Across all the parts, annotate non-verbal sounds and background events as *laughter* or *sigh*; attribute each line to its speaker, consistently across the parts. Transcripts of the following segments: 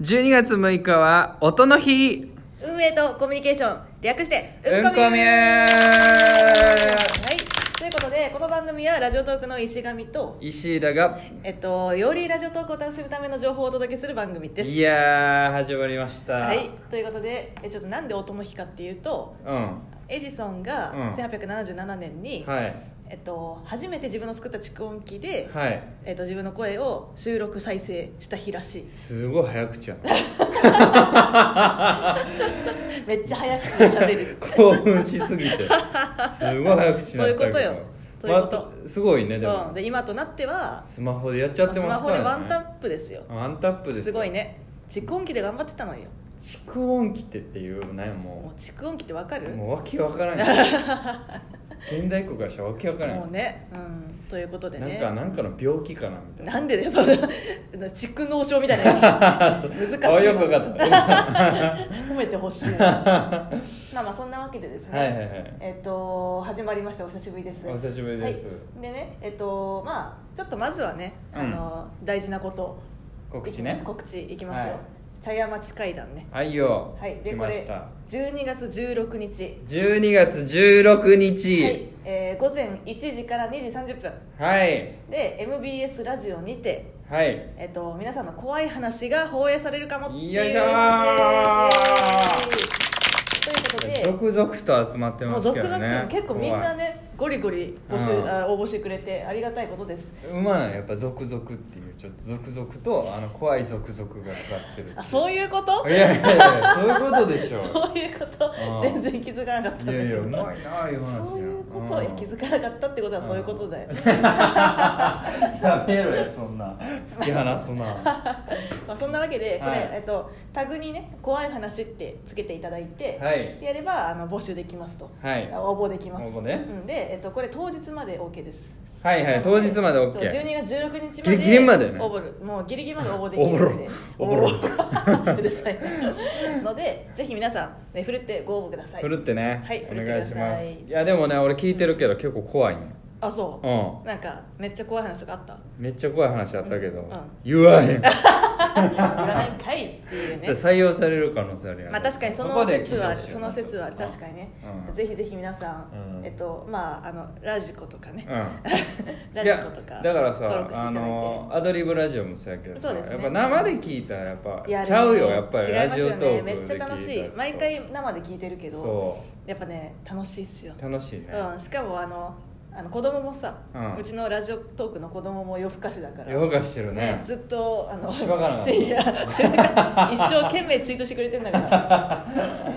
Speaker 1: 12月6日は音の日
Speaker 2: 運営とコミュニケーション略して
Speaker 1: うん
Speaker 2: コミュ
Speaker 1: こみゅー
Speaker 2: はいということでこの番組はラジオトークの石神と
Speaker 1: 石井田が
Speaker 2: えっとよりラジオトークを楽しむための情報をお届けする番組です
Speaker 1: いやー始まりました
Speaker 2: はいということでえちょっとなんで音の日かっていうと
Speaker 1: うん
Speaker 2: エジソンが
Speaker 1: うん
Speaker 2: 1877年に、
Speaker 1: はい
Speaker 2: えっと、初めて自分の作った蓄音機で、
Speaker 1: はい
Speaker 2: えっと、自分の声を収録再生した日らしい
Speaker 1: すごい早口やな
Speaker 2: めっちゃ早く喋る
Speaker 1: 興奮しすぎて
Speaker 2: *laughs*
Speaker 1: すごい早口になった
Speaker 2: そういうことよそういうこと
Speaker 1: まあすごいねでも、
Speaker 2: うん、で今となっては
Speaker 1: スマホでやっちゃって
Speaker 2: ス
Speaker 1: ま
Speaker 2: マ
Speaker 1: す
Speaker 2: ホ
Speaker 1: か
Speaker 2: で
Speaker 1: らね
Speaker 2: ワンタップですよ
Speaker 1: ワンタップです
Speaker 2: す
Speaker 1: よ
Speaker 2: ごいね蓄音機で頑張ってたのよ
Speaker 1: 蓄音機ってっていうね
Speaker 2: も
Speaker 1: も
Speaker 2: う蓄音機ってわか
Speaker 1: う
Speaker 2: る
Speaker 1: もうわけわ
Speaker 2: *laughs*
Speaker 1: からんよ現代国からしたらわけわからんよ
Speaker 2: もうね、うん、ということで
Speaker 1: なん
Speaker 2: ね
Speaker 1: かなんかの病気かなみたいな
Speaker 2: なんでねそんな *laughs* 蓄能症みたい
Speaker 1: *laughs*
Speaker 2: な難しいな
Speaker 1: あよくわかった
Speaker 2: 褒めてほしい
Speaker 1: *laughs*
Speaker 2: なまあまあそんなわけでですね、
Speaker 1: はいはいはい
Speaker 2: えっと始まりましたお久しぶりです
Speaker 1: お久しぶりです
Speaker 2: はい、でねえっとまあちょっとまずはね、
Speaker 1: うん
Speaker 2: あの大事なこと
Speaker 1: 告知ね
Speaker 2: 告知いきますよ、
Speaker 1: はい
Speaker 2: 茶屋町会談ね
Speaker 1: はいよ、
Speaker 2: はいで
Speaker 1: 来
Speaker 2: こ
Speaker 1: まし
Speaker 2: れ
Speaker 1: た
Speaker 2: 12月16日
Speaker 1: 12月16日
Speaker 2: はいえー午前1時から2時30分
Speaker 1: はい
Speaker 2: で MBS ラジオにて、
Speaker 1: はい
Speaker 2: えっと、皆さんの怖い話が放映されるかもっていう
Speaker 1: よいしょー
Speaker 2: ということで
Speaker 1: 続々と集まって
Speaker 2: も
Speaker 1: ま
Speaker 2: う
Speaker 1: す
Speaker 2: 続
Speaker 1: けど
Speaker 2: 々
Speaker 1: ね
Speaker 2: と結構みんなねゴリゴリ募集
Speaker 1: うん
Speaker 2: あ応募してくれてありがたいことです
Speaker 1: 怖いうまないやっぱ続々っていうちょっと続々とあの怖い続々がかかってる
Speaker 2: あそう
Speaker 1: い
Speaker 2: いうこと *laughs*
Speaker 1: いやいやいやそういうことでしょ
Speaker 2: そういうこと
Speaker 1: うん
Speaker 2: 全然気づかなかったんだ
Speaker 1: いや
Speaker 2: け
Speaker 1: いやう
Speaker 2: ど
Speaker 1: まいなあいう話や
Speaker 2: そういうこと
Speaker 1: ん
Speaker 2: 気づかなかったってことはそういうことだよね
Speaker 1: *laughs* やめろよそんな突き放すな
Speaker 2: まあ、そんなわけでこれ、
Speaker 1: はい
Speaker 2: えっと、タグにね「怖い話」ってつけていただいて、
Speaker 1: はい
Speaker 2: でやればあの募集できますと、
Speaker 1: はい
Speaker 2: 応募できます
Speaker 1: 応募ね
Speaker 2: うん、で、えっと、これ当日まで OK です
Speaker 1: はいはい当日まで
Speaker 2: そう
Speaker 1: OK
Speaker 2: 12月16日
Speaker 1: ギ
Speaker 2: まで
Speaker 1: リギリまでね
Speaker 2: 応募もうギリギリまで
Speaker 1: *laughs*
Speaker 2: 応募でき
Speaker 1: お
Speaker 2: る
Speaker 1: ぼ
Speaker 2: の
Speaker 1: ろ
Speaker 2: で
Speaker 1: おぼろ
Speaker 2: 応募 *laughs* うるさいのでぜひ皆さん、ね、ふるってご応募ください
Speaker 1: ふるってね、
Speaker 2: はい
Speaker 1: お願いしま
Speaker 2: ふるってくだ
Speaker 1: す
Speaker 2: さい
Speaker 1: いやでもね俺聞いてるけど結構怖いね
Speaker 2: あそう、
Speaker 1: う
Speaker 2: なんかめっちゃ怖い話とか
Speaker 1: *laughs*
Speaker 2: あった
Speaker 1: んめっちゃ怖い話あったけど、
Speaker 2: うんうん
Speaker 1: 言わ
Speaker 2: *laughs*
Speaker 1: へん
Speaker 2: 占いかいって
Speaker 1: *laughs*
Speaker 2: いうね
Speaker 1: 採用される可能性あるやん
Speaker 2: まあ、確かにそ
Speaker 1: こ
Speaker 2: の
Speaker 1: で聞い
Speaker 2: 説
Speaker 1: て
Speaker 2: は
Speaker 1: ほ
Speaker 2: ある
Speaker 1: しいよ
Speaker 2: その説はある確かにね、
Speaker 1: うん
Speaker 2: ぜひぜひ皆さん、
Speaker 1: うん
Speaker 2: えっとまああのラジコとかね、
Speaker 1: うん
Speaker 2: *laughs* ラ
Speaker 1: い
Speaker 2: ジ
Speaker 1: や
Speaker 2: コとか
Speaker 1: だから
Speaker 2: 登
Speaker 1: さ
Speaker 2: 録していただいて
Speaker 1: あのアドリブラジオもそうやけどさ
Speaker 2: そうですね
Speaker 1: やっぱ生で聞いたらやっぱ
Speaker 2: いや
Speaker 1: ちゃうよ
Speaker 2: でもね
Speaker 1: やっぱり
Speaker 2: 違い
Speaker 1: ラ
Speaker 2: ます
Speaker 1: ジ
Speaker 2: よ
Speaker 1: オ
Speaker 2: ね
Speaker 1: トークで聞い
Speaker 2: めったち
Speaker 1: やつ
Speaker 2: ゃ
Speaker 1: と
Speaker 2: 楽しい毎回生で聞いてるけど
Speaker 1: そ
Speaker 2: やっぱね楽しいっすよ
Speaker 1: う、楽しいね、
Speaker 2: うん、しかもあのあの子供もさ、
Speaker 1: う
Speaker 2: うんちのラジオトークの子供も夜更かしだから
Speaker 1: 夜更かししてるね
Speaker 2: ずっとあの
Speaker 1: しばらくな
Speaker 2: 深夜深夜一生懸命ツイートしてくれてんだから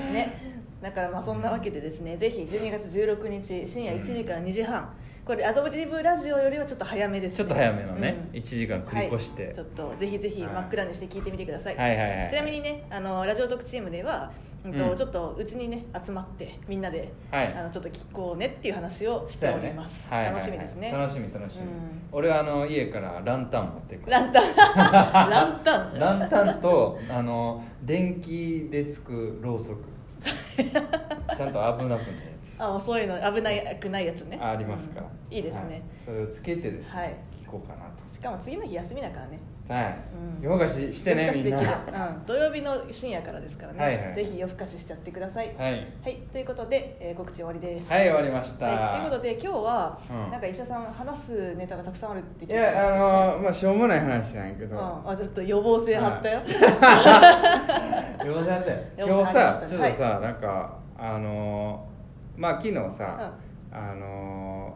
Speaker 1: *laughs*
Speaker 2: ねだからまあそんなわけでですねぜひ12月16日深夜1時から2時半これアドリブラジオよりはちょっと早めです、ね、
Speaker 1: ちょっと早めのね、
Speaker 2: うん
Speaker 1: 1時間繰り越して、
Speaker 2: はい、ちょっとぜひぜひ
Speaker 1: はい
Speaker 2: 真っ暗にして聞いてみてください、
Speaker 1: はいはいはい
Speaker 2: ちなみにねあのラジオ特チームでは、うんと
Speaker 1: うん
Speaker 2: ちょっとうちにね集まってみんなで、
Speaker 1: はい
Speaker 2: あのちょっと聞こうねっていう話をしております、
Speaker 1: はいはいはい
Speaker 2: 楽しみですね、
Speaker 1: 楽しみ楽しみ、
Speaker 2: うん
Speaker 1: 俺はあの家からランタン持ってくる
Speaker 2: ランタ
Speaker 1: *laughs*
Speaker 2: ンランタン
Speaker 1: ランタンとあの電気でつくろうそくちゃんと危なくないやつ
Speaker 2: あもうそういうの危ないくないやつね
Speaker 1: あありますから、
Speaker 2: うんいいです
Speaker 1: は
Speaker 2: ね、
Speaker 1: それをつけてですね、
Speaker 2: はい
Speaker 1: 聞こうかなと
Speaker 2: しかも次の日休みだからね
Speaker 1: はい、
Speaker 2: うん
Speaker 1: 夜更かししてねみんな
Speaker 2: 夜更
Speaker 1: は
Speaker 2: かしできるうん、土曜日の深夜からですからね、
Speaker 1: はいはい
Speaker 2: ぜひ夜更かししちゃってください、
Speaker 1: い
Speaker 2: はい、ということで、えー告知終わりです
Speaker 1: はい終わりました、
Speaker 2: はい、ということで今日は、
Speaker 1: うん
Speaker 2: なんか医者さん話すネタがたくさんあるって聞い
Speaker 1: い
Speaker 2: たんですけ
Speaker 1: や
Speaker 2: ど、ね、
Speaker 1: あのまあしょうもない話じゃないけど、
Speaker 2: うん、あちょっと予防性張ったよ、 *laughs*
Speaker 1: ようさんだよ
Speaker 2: よう
Speaker 1: 今日
Speaker 2: さんあ
Speaker 1: さ
Speaker 2: りまし
Speaker 1: ち
Speaker 2: た
Speaker 1: ょ
Speaker 2: ね
Speaker 1: っとさ、なんかあのーまあ昨日さ、あの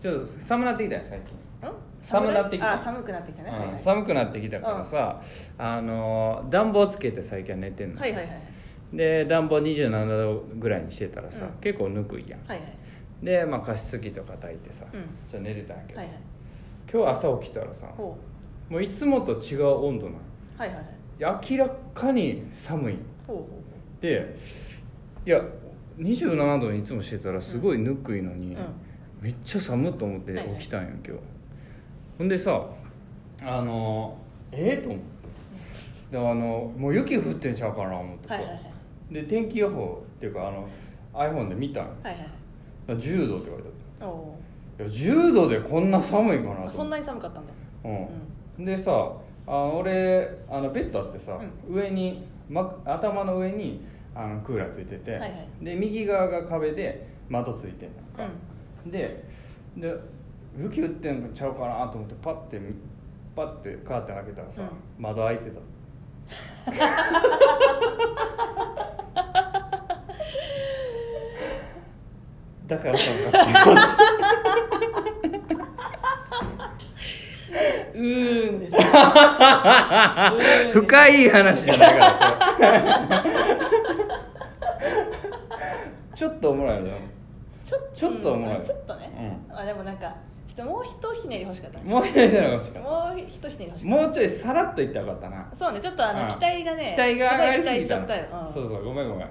Speaker 1: ーちょっと寒なってきたよ最近、
Speaker 2: うん
Speaker 1: 寒くなってきた
Speaker 2: あ寒くなってきたね、はい
Speaker 1: うん
Speaker 2: はい
Speaker 1: 寒くなってきたからさ、あのー暖房つけて最近は寝てんの、
Speaker 2: はいはいはい
Speaker 1: で暖房27度ぐらいにしてたらさ、
Speaker 2: うん
Speaker 1: 結構ぬくいやん
Speaker 2: はいはい
Speaker 1: で、まあ、加湿器とか炊いてさ、
Speaker 2: うん
Speaker 1: ちょっと寝てたんやけど
Speaker 2: は
Speaker 1: さ、
Speaker 2: いはい
Speaker 1: 今日朝起きたらさ
Speaker 2: ほ
Speaker 1: もういつもと違う温度なの
Speaker 2: うはいはいはい
Speaker 1: 明らかに寒い
Speaker 2: ほうほうほう
Speaker 1: でいや27度にいつもしてたらすごいぬくいのに、
Speaker 2: うん
Speaker 1: めっちゃ寒いと思って
Speaker 2: はいはい
Speaker 1: 起きたんよ今日ほんでさあのええと思ってであのもう雪降ってんちゃうかな思ってさ、
Speaker 2: はいはいはい
Speaker 1: で天気予報っていうかあの iPhone で見たんよ
Speaker 2: はいはい
Speaker 1: 10度って書いて
Speaker 2: おお
Speaker 1: あったいや10度でこんな寒いかなと思って
Speaker 2: そんなに寒かったんだ
Speaker 1: うんでさあ俺あのベッドあってさ、上に、ま、頭の上にあのクーラーついてて、
Speaker 2: はいはい
Speaker 1: で右側が壁で窓ついてんなんか、でで雪降ってんのちゃうかなと思ってパッてみパッてカーテン開けたらさ、
Speaker 2: う
Speaker 1: 窓開い
Speaker 2: *laughs*
Speaker 1: てた *laughs* だから寒かった
Speaker 2: うーんです
Speaker 1: 深い話じゃないからこれちょっとおもろいのよ
Speaker 2: ちょっと
Speaker 1: ちょっと思う
Speaker 2: うんちょっとね、あでもなんかちょっともうひとひねり欲しかったね
Speaker 1: もう一回やりましょう
Speaker 2: もうひとひねり欲しかっ
Speaker 1: もうちょいさらっと言ったらよかったな
Speaker 2: たそうねちょっとあの、
Speaker 1: うん
Speaker 2: 期待がね
Speaker 1: 期待が上
Speaker 2: すご
Speaker 1: が
Speaker 2: い期
Speaker 1: り
Speaker 2: 待し
Speaker 1: すぎ
Speaker 2: ち
Speaker 1: た
Speaker 2: ゃっ
Speaker 1: な
Speaker 2: たよ、うん
Speaker 1: そうそうごめんごめん、
Speaker 2: うん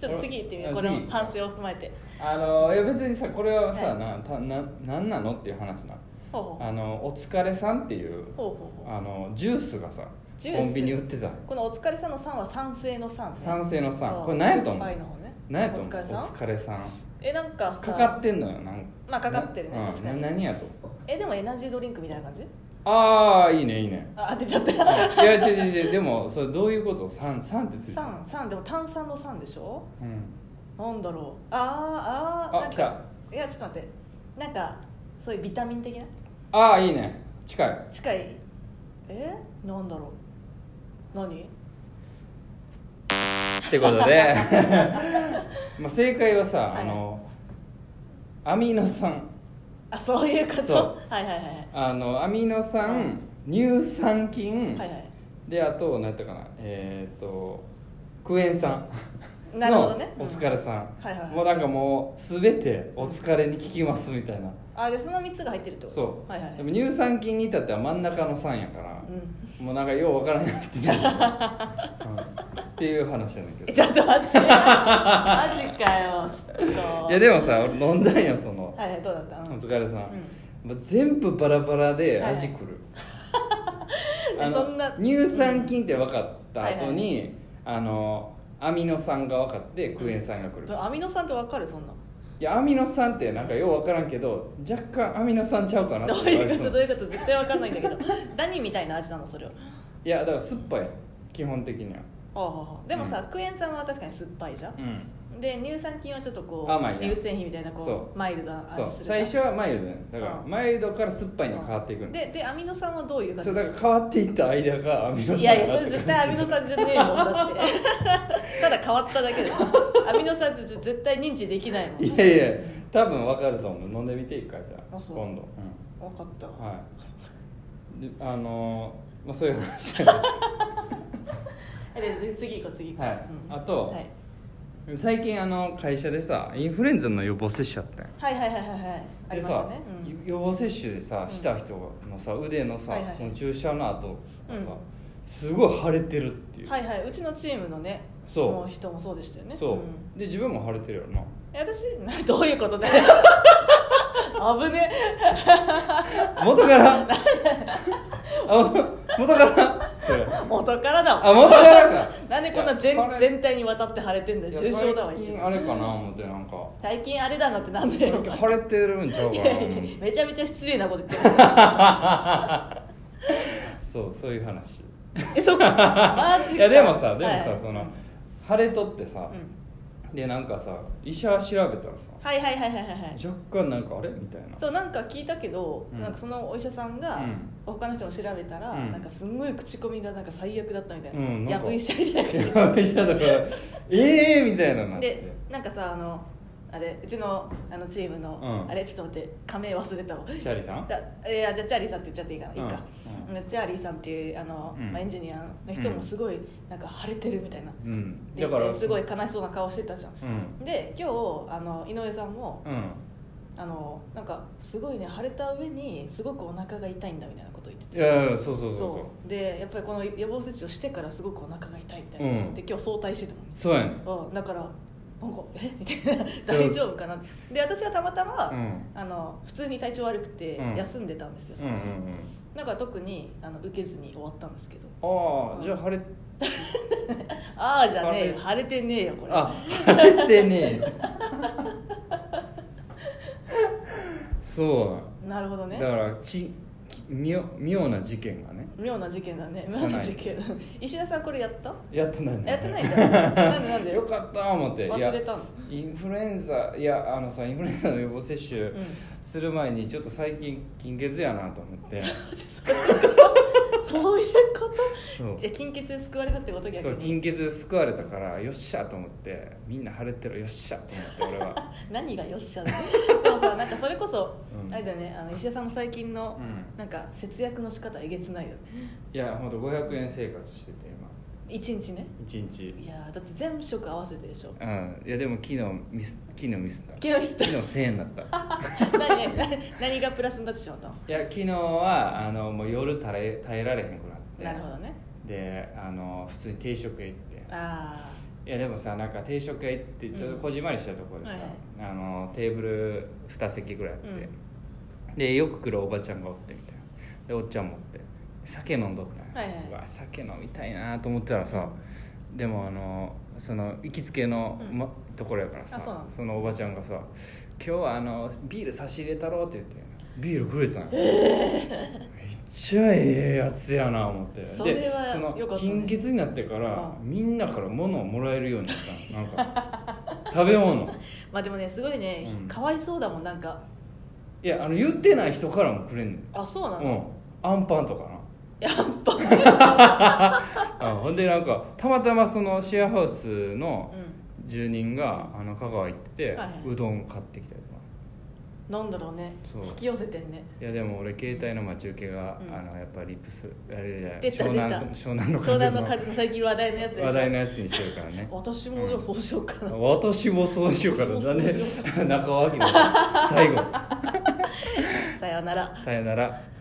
Speaker 2: ちょっと次行ってみよう
Speaker 1: あ
Speaker 2: これ
Speaker 1: 次
Speaker 2: も反省を踏まえて
Speaker 1: あのいや別にさこれはさ、
Speaker 2: はい
Speaker 1: なたななんなのっていう話な
Speaker 2: ほうほう
Speaker 1: あのお疲れさんっていう
Speaker 2: ほうほうほう
Speaker 1: あのジュースがさ
Speaker 2: ジュー
Speaker 1: コ
Speaker 2: ス
Speaker 1: ンビニ売ってた
Speaker 2: この「お疲れさん」の「さん」は賛成の「さん」
Speaker 1: 酸性のさ
Speaker 2: うん
Speaker 1: これ何やと思う
Speaker 2: 酸っぱいの方ね
Speaker 1: 何やと思う
Speaker 2: お疲れさん
Speaker 1: さん
Speaker 2: えなんかさ
Speaker 1: かかってんのよなん
Speaker 2: まあかかってるね
Speaker 1: うん
Speaker 2: 確かに
Speaker 1: な何やと
Speaker 2: えでもエナジードリンクみたいな感じ
Speaker 1: ああいいねいいね
Speaker 2: あ当てちゃった
Speaker 1: いや違う違う違うでもそれどういうこと三三ってついてる
Speaker 2: 酸酸でも炭酸の酸でしょ
Speaker 1: うん
Speaker 2: なんだろうあ
Speaker 1: あ
Speaker 2: ーあーなん
Speaker 1: 来
Speaker 2: か
Speaker 1: た
Speaker 2: いやちょっと待ってなんかそういうビタミン的な
Speaker 1: ああいいね近い
Speaker 2: 近いえなんだろう何
Speaker 1: ってことで *laughs* まあ正解はさ
Speaker 2: はい
Speaker 1: あのアミノ酸
Speaker 2: あそういうこと
Speaker 1: そう
Speaker 2: はいはいはい
Speaker 1: あのアミノ酸乳酸菌、
Speaker 2: はいはい
Speaker 1: であと何やったかなえっ、とクエン酸
Speaker 2: *laughs* なるほどね
Speaker 1: のお疲れさん、
Speaker 2: はいはいはい
Speaker 1: もうなんかもう全てお疲れに効きますみたいな、
Speaker 2: あでその3つが入ってるってこと
Speaker 1: そう、
Speaker 2: はいはい
Speaker 1: でも乳酸菌に至っては真ん中の酸やから、
Speaker 2: うん *laughs*
Speaker 1: もうなんかようわからんなってなる、うんっていう話なんだけ
Speaker 2: え
Speaker 1: ど
Speaker 2: ちょっと待ってマジかよちょっと
Speaker 1: いやでもさ俺飲んだんよその
Speaker 2: はいはいどうだった
Speaker 1: お
Speaker 2: うん
Speaker 1: 疲れさん、もう全部バラバラで味くる、
Speaker 2: *laughs* はい
Speaker 1: あの
Speaker 2: そんな
Speaker 1: 乳酸菌って分かった後に、あのアミノ酸が分かってクエン酸がくる、
Speaker 2: アミノ酸ってわかるそんない
Speaker 1: やアミノ酸ってなんかよう分からんけど若干アミノ酸ちゃうかな
Speaker 2: ど
Speaker 1: っ
Speaker 2: う
Speaker 1: て言わ
Speaker 2: い
Speaker 1: れ
Speaker 2: うこ
Speaker 1: そ
Speaker 2: と
Speaker 1: う
Speaker 2: どういうこと絶対わかんないんだけど何みたいな味なのそれはい
Speaker 1: やだから酸っぱい基本的には
Speaker 2: ああああでもさ、クエン酸は確かに酸っぱいじゃん
Speaker 1: うん
Speaker 2: で乳酸菌はちょっとこう
Speaker 1: 甘いね
Speaker 2: 乳製品みたいな
Speaker 1: そ
Speaker 2: こうマイルドな
Speaker 1: そう
Speaker 2: 味するじゃん
Speaker 1: 最初はマイルドやねだから
Speaker 2: うん
Speaker 1: マイルドから酸っぱいに変わっていく
Speaker 2: うん
Speaker 1: の
Speaker 2: ででアミノ酸はどういう感じ
Speaker 1: そうだから変わっていった間がアミノ酸
Speaker 2: いやい
Speaker 1: にな
Speaker 2: や
Speaker 1: っ
Speaker 2: そ
Speaker 1: てく
Speaker 2: れ
Speaker 1: る
Speaker 2: 絶対アミノ酸じゃねえもんだってただ変わっただけで
Speaker 1: *laughs*
Speaker 2: アミノ酸って絶対認知できないもん
Speaker 1: いやいや多分分かると思う飲んでみていいかじゃあ
Speaker 2: あそう
Speaker 1: 今度
Speaker 2: 分かった
Speaker 1: うんはいであのーまあそういう話
Speaker 2: えで次行こう次行こう、
Speaker 1: はいあと
Speaker 2: はい、
Speaker 1: 最近あの会社でさインフルエンザの予防接種あったん
Speaker 2: はいはいはいはいはいあり
Speaker 1: で
Speaker 2: ました
Speaker 1: さ
Speaker 2: ね、うん
Speaker 1: 予防接種でさ
Speaker 2: うん
Speaker 1: した人のさ腕のさ
Speaker 2: はいはい
Speaker 1: その注射の跡がさ
Speaker 2: うん
Speaker 1: すごい腫れてるっていう
Speaker 2: はいはいうちのチームのね
Speaker 1: そう
Speaker 2: も人もそうでしたよねん
Speaker 1: そうで自分も腫れてるよな
Speaker 2: え私 *laughs* などういうことだよ
Speaker 1: *laughs*
Speaker 2: 危ね
Speaker 1: 元から
Speaker 2: *laughs*
Speaker 1: あ元からそれあ
Speaker 2: 元からだもん
Speaker 1: 元からか
Speaker 2: *laughs* なんでこんない全
Speaker 1: やこれ
Speaker 2: 全体にわたって腫れてんだよ重症だわ
Speaker 1: いや
Speaker 2: 一
Speaker 1: 最近
Speaker 2: 応
Speaker 1: あれかな思ってなんか
Speaker 2: 最近あれだなってなんだ
Speaker 1: 最
Speaker 2: よ
Speaker 1: 近腫れてるんちゃう
Speaker 2: い
Speaker 1: かな
Speaker 2: やいや
Speaker 1: 思って
Speaker 2: めちゃめちゃ失礼なこと言
Speaker 1: *laughs*
Speaker 2: ってる
Speaker 1: そうそういう話
Speaker 2: えそっかマジか
Speaker 1: いやでもさでも
Speaker 2: は
Speaker 1: さ
Speaker 2: い
Speaker 1: その腫れとってさ
Speaker 2: うん
Speaker 1: でなんかさ医者調べたらさ
Speaker 2: はいはいはいはいはいはい
Speaker 1: 若干なんかあれみたいな
Speaker 2: そうなんか聞いたけど、
Speaker 1: うん
Speaker 2: なんかそのお医者さんが、
Speaker 1: うん
Speaker 2: 他の人も調べたら、
Speaker 1: うん
Speaker 2: なんかすんごい口コミがなんか最悪だったみたいな、
Speaker 1: うんなん
Speaker 2: や
Speaker 1: か
Speaker 2: ぶ医者みたいな感じ
Speaker 1: 医者
Speaker 2: *laughs*
Speaker 1: だからええー、みたいなのなって
Speaker 2: でなんかさあのあれうちのあのチームの、
Speaker 1: うん
Speaker 2: あれちょっと待って仮名忘れたわ
Speaker 1: チャーリーさん
Speaker 2: じゃ,、えー、じゃあチャーリーさんって言っちゃっていいかな、いいか
Speaker 1: う
Speaker 2: チャーリーさんっていうあの、
Speaker 1: うん
Speaker 2: まあ、エンジニアの人もすごいなんか腫れてるみたいな、
Speaker 1: うんだ
Speaker 2: で
Speaker 1: から
Speaker 2: すごい悲しそうな顔してたじゃん
Speaker 1: うん
Speaker 2: で今日あの井上さんも
Speaker 1: うん
Speaker 2: あのなんかすごいね腫れた上にすごくお腹が痛いんだみたいなこと言ってて
Speaker 1: いやいやそうそうそうそう
Speaker 2: そうでやっぱりこの予防接種をしてからすごくお腹が痛いみたいな、
Speaker 1: うん
Speaker 2: で今日早退してたもんね
Speaker 1: そうやねん
Speaker 2: うんだからなんかえみたいな *laughs* 大丈夫かなってで私はたまたま、
Speaker 1: うん
Speaker 2: あの普通に体調悪くて
Speaker 1: うん
Speaker 2: 休んでたんですよ、
Speaker 1: う
Speaker 2: そ
Speaker 1: んう
Speaker 2: の
Speaker 1: ん
Speaker 2: 日
Speaker 1: うん
Speaker 2: だから特にあの受けずに終わったんですけど
Speaker 1: ああじゃあ晴れ
Speaker 2: ああじゃねえよ
Speaker 1: あ
Speaker 2: 腫れてねえよこれ
Speaker 1: あ晴れてねえそう
Speaker 2: なるほど
Speaker 1: な
Speaker 2: ね
Speaker 1: んだからちき妙妙な事件がね
Speaker 2: 妙な事件だね
Speaker 1: 社内
Speaker 2: 妙な事件 *laughs* 石田さんこれやった
Speaker 1: やってないの
Speaker 2: やってない
Speaker 1: *laughs*
Speaker 2: んだなんでなんで
Speaker 1: よかった思っていや
Speaker 2: 忘れたの
Speaker 1: インフルエンザいやあのさインフルエンザの予防接種
Speaker 2: うん
Speaker 1: する前にちょっと最近金欠やなと思
Speaker 2: *laughs*
Speaker 1: って
Speaker 2: そういうこ
Speaker 1: そう
Speaker 2: とじゃ貧血で救われたってこと逆
Speaker 1: そう
Speaker 2: に
Speaker 1: 金欠で救われたからよっしゃと思ってみんな晴れてるよっしゃと思って俺
Speaker 2: *laughs*
Speaker 1: は
Speaker 2: 何がよっしゃだでもさなんかそれこそ、
Speaker 1: うん
Speaker 2: あれだよねあの石田さんの最近の、
Speaker 1: うん
Speaker 2: なんか節約の仕方えげつないよね
Speaker 1: いやほんと500円生活してて今
Speaker 2: 一日ね
Speaker 1: 1日
Speaker 2: いやーだって全部食合わせてでしょ
Speaker 1: うんいやでも昨日ミス昨日ミスった
Speaker 2: 昨日ミスった
Speaker 1: 昨日1000円だった
Speaker 2: 何何何 *laughs* 何がプラスになってしまったの
Speaker 1: いや昨日はあのもう夜耐え耐えられへんくなって
Speaker 2: なるほどね
Speaker 1: であの普通に定食へ行って
Speaker 2: あ
Speaker 1: いやでもさなんか定食屋行ってちょっとこじんまりしたところでさ、
Speaker 2: う
Speaker 1: あのテーブル2席ぐらいあって、
Speaker 2: う
Speaker 1: でよく来るおばちゃんがおってみたいなでおっちゃんもおって酒飲んどったんや
Speaker 2: はいはいう
Speaker 1: わ酒飲みたいなと思ってたらさでもあのその行きつけの、
Speaker 2: うん
Speaker 1: まところやからさ
Speaker 2: あそうなの
Speaker 1: のおばちゃんがさ「今日はあのビール差し入れたろ」って言ってビールくれたんや、めっちゃええやつやな思って
Speaker 2: それは
Speaker 1: でそ
Speaker 2: よか
Speaker 1: の
Speaker 2: ったね
Speaker 1: 貧血になってから、
Speaker 2: う
Speaker 1: みんなから物をもらえるようになったなんか *laughs* 食べ物
Speaker 2: あまあでもねすごいね、
Speaker 1: うん
Speaker 2: かわいそうだもんなんか
Speaker 1: いやあの言ってない人からもくれんねん
Speaker 2: あそうな
Speaker 1: う
Speaker 2: の、
Speaker 1: んアンパンとかな
Speaker 2: やっ
Speaker 1: *laughs*
Speaker 2: ぱ
Speaker 1: あほんでなんかたまたまそのシェアハウスの
Speaker 2: う
Speaker 1: 住人があの香川行ってて、
Speaker 2: はいはいう
Speaker 1: どん買ってきたりとか
Speaker 2: んなんだろうね
Speaker 1: そう
Speaker 2: 引き寄せてんね
Speaker 1: いやでも俺携帯の待ち受けが、
Speaker 2: うん
Speaker 1: あのやっぱリップスあれじゃない
Speaker 2: 出た
Speaker 1: 湘南
Speaker 2: 出た
Speaker 1: 湘南の
Speaker 2: 湘
Speaker 1: 風
Speaker 2: 南の風
Speaker 1: の
Speaker 2: の最近話題のやつでしょ
Speaker 1: 話題のやつにしてるからね
Speaker 2: 私もでもそうしようかな、
Speaker 1: 私もそうしようかな。な
Speaker 2: そうん
Speaker 1: *laughs*
Speaker 2: そうしよ
Speaker 1: で中尾明菜最後。
Speaker 2: さようなら
Speaker 1: さよなら。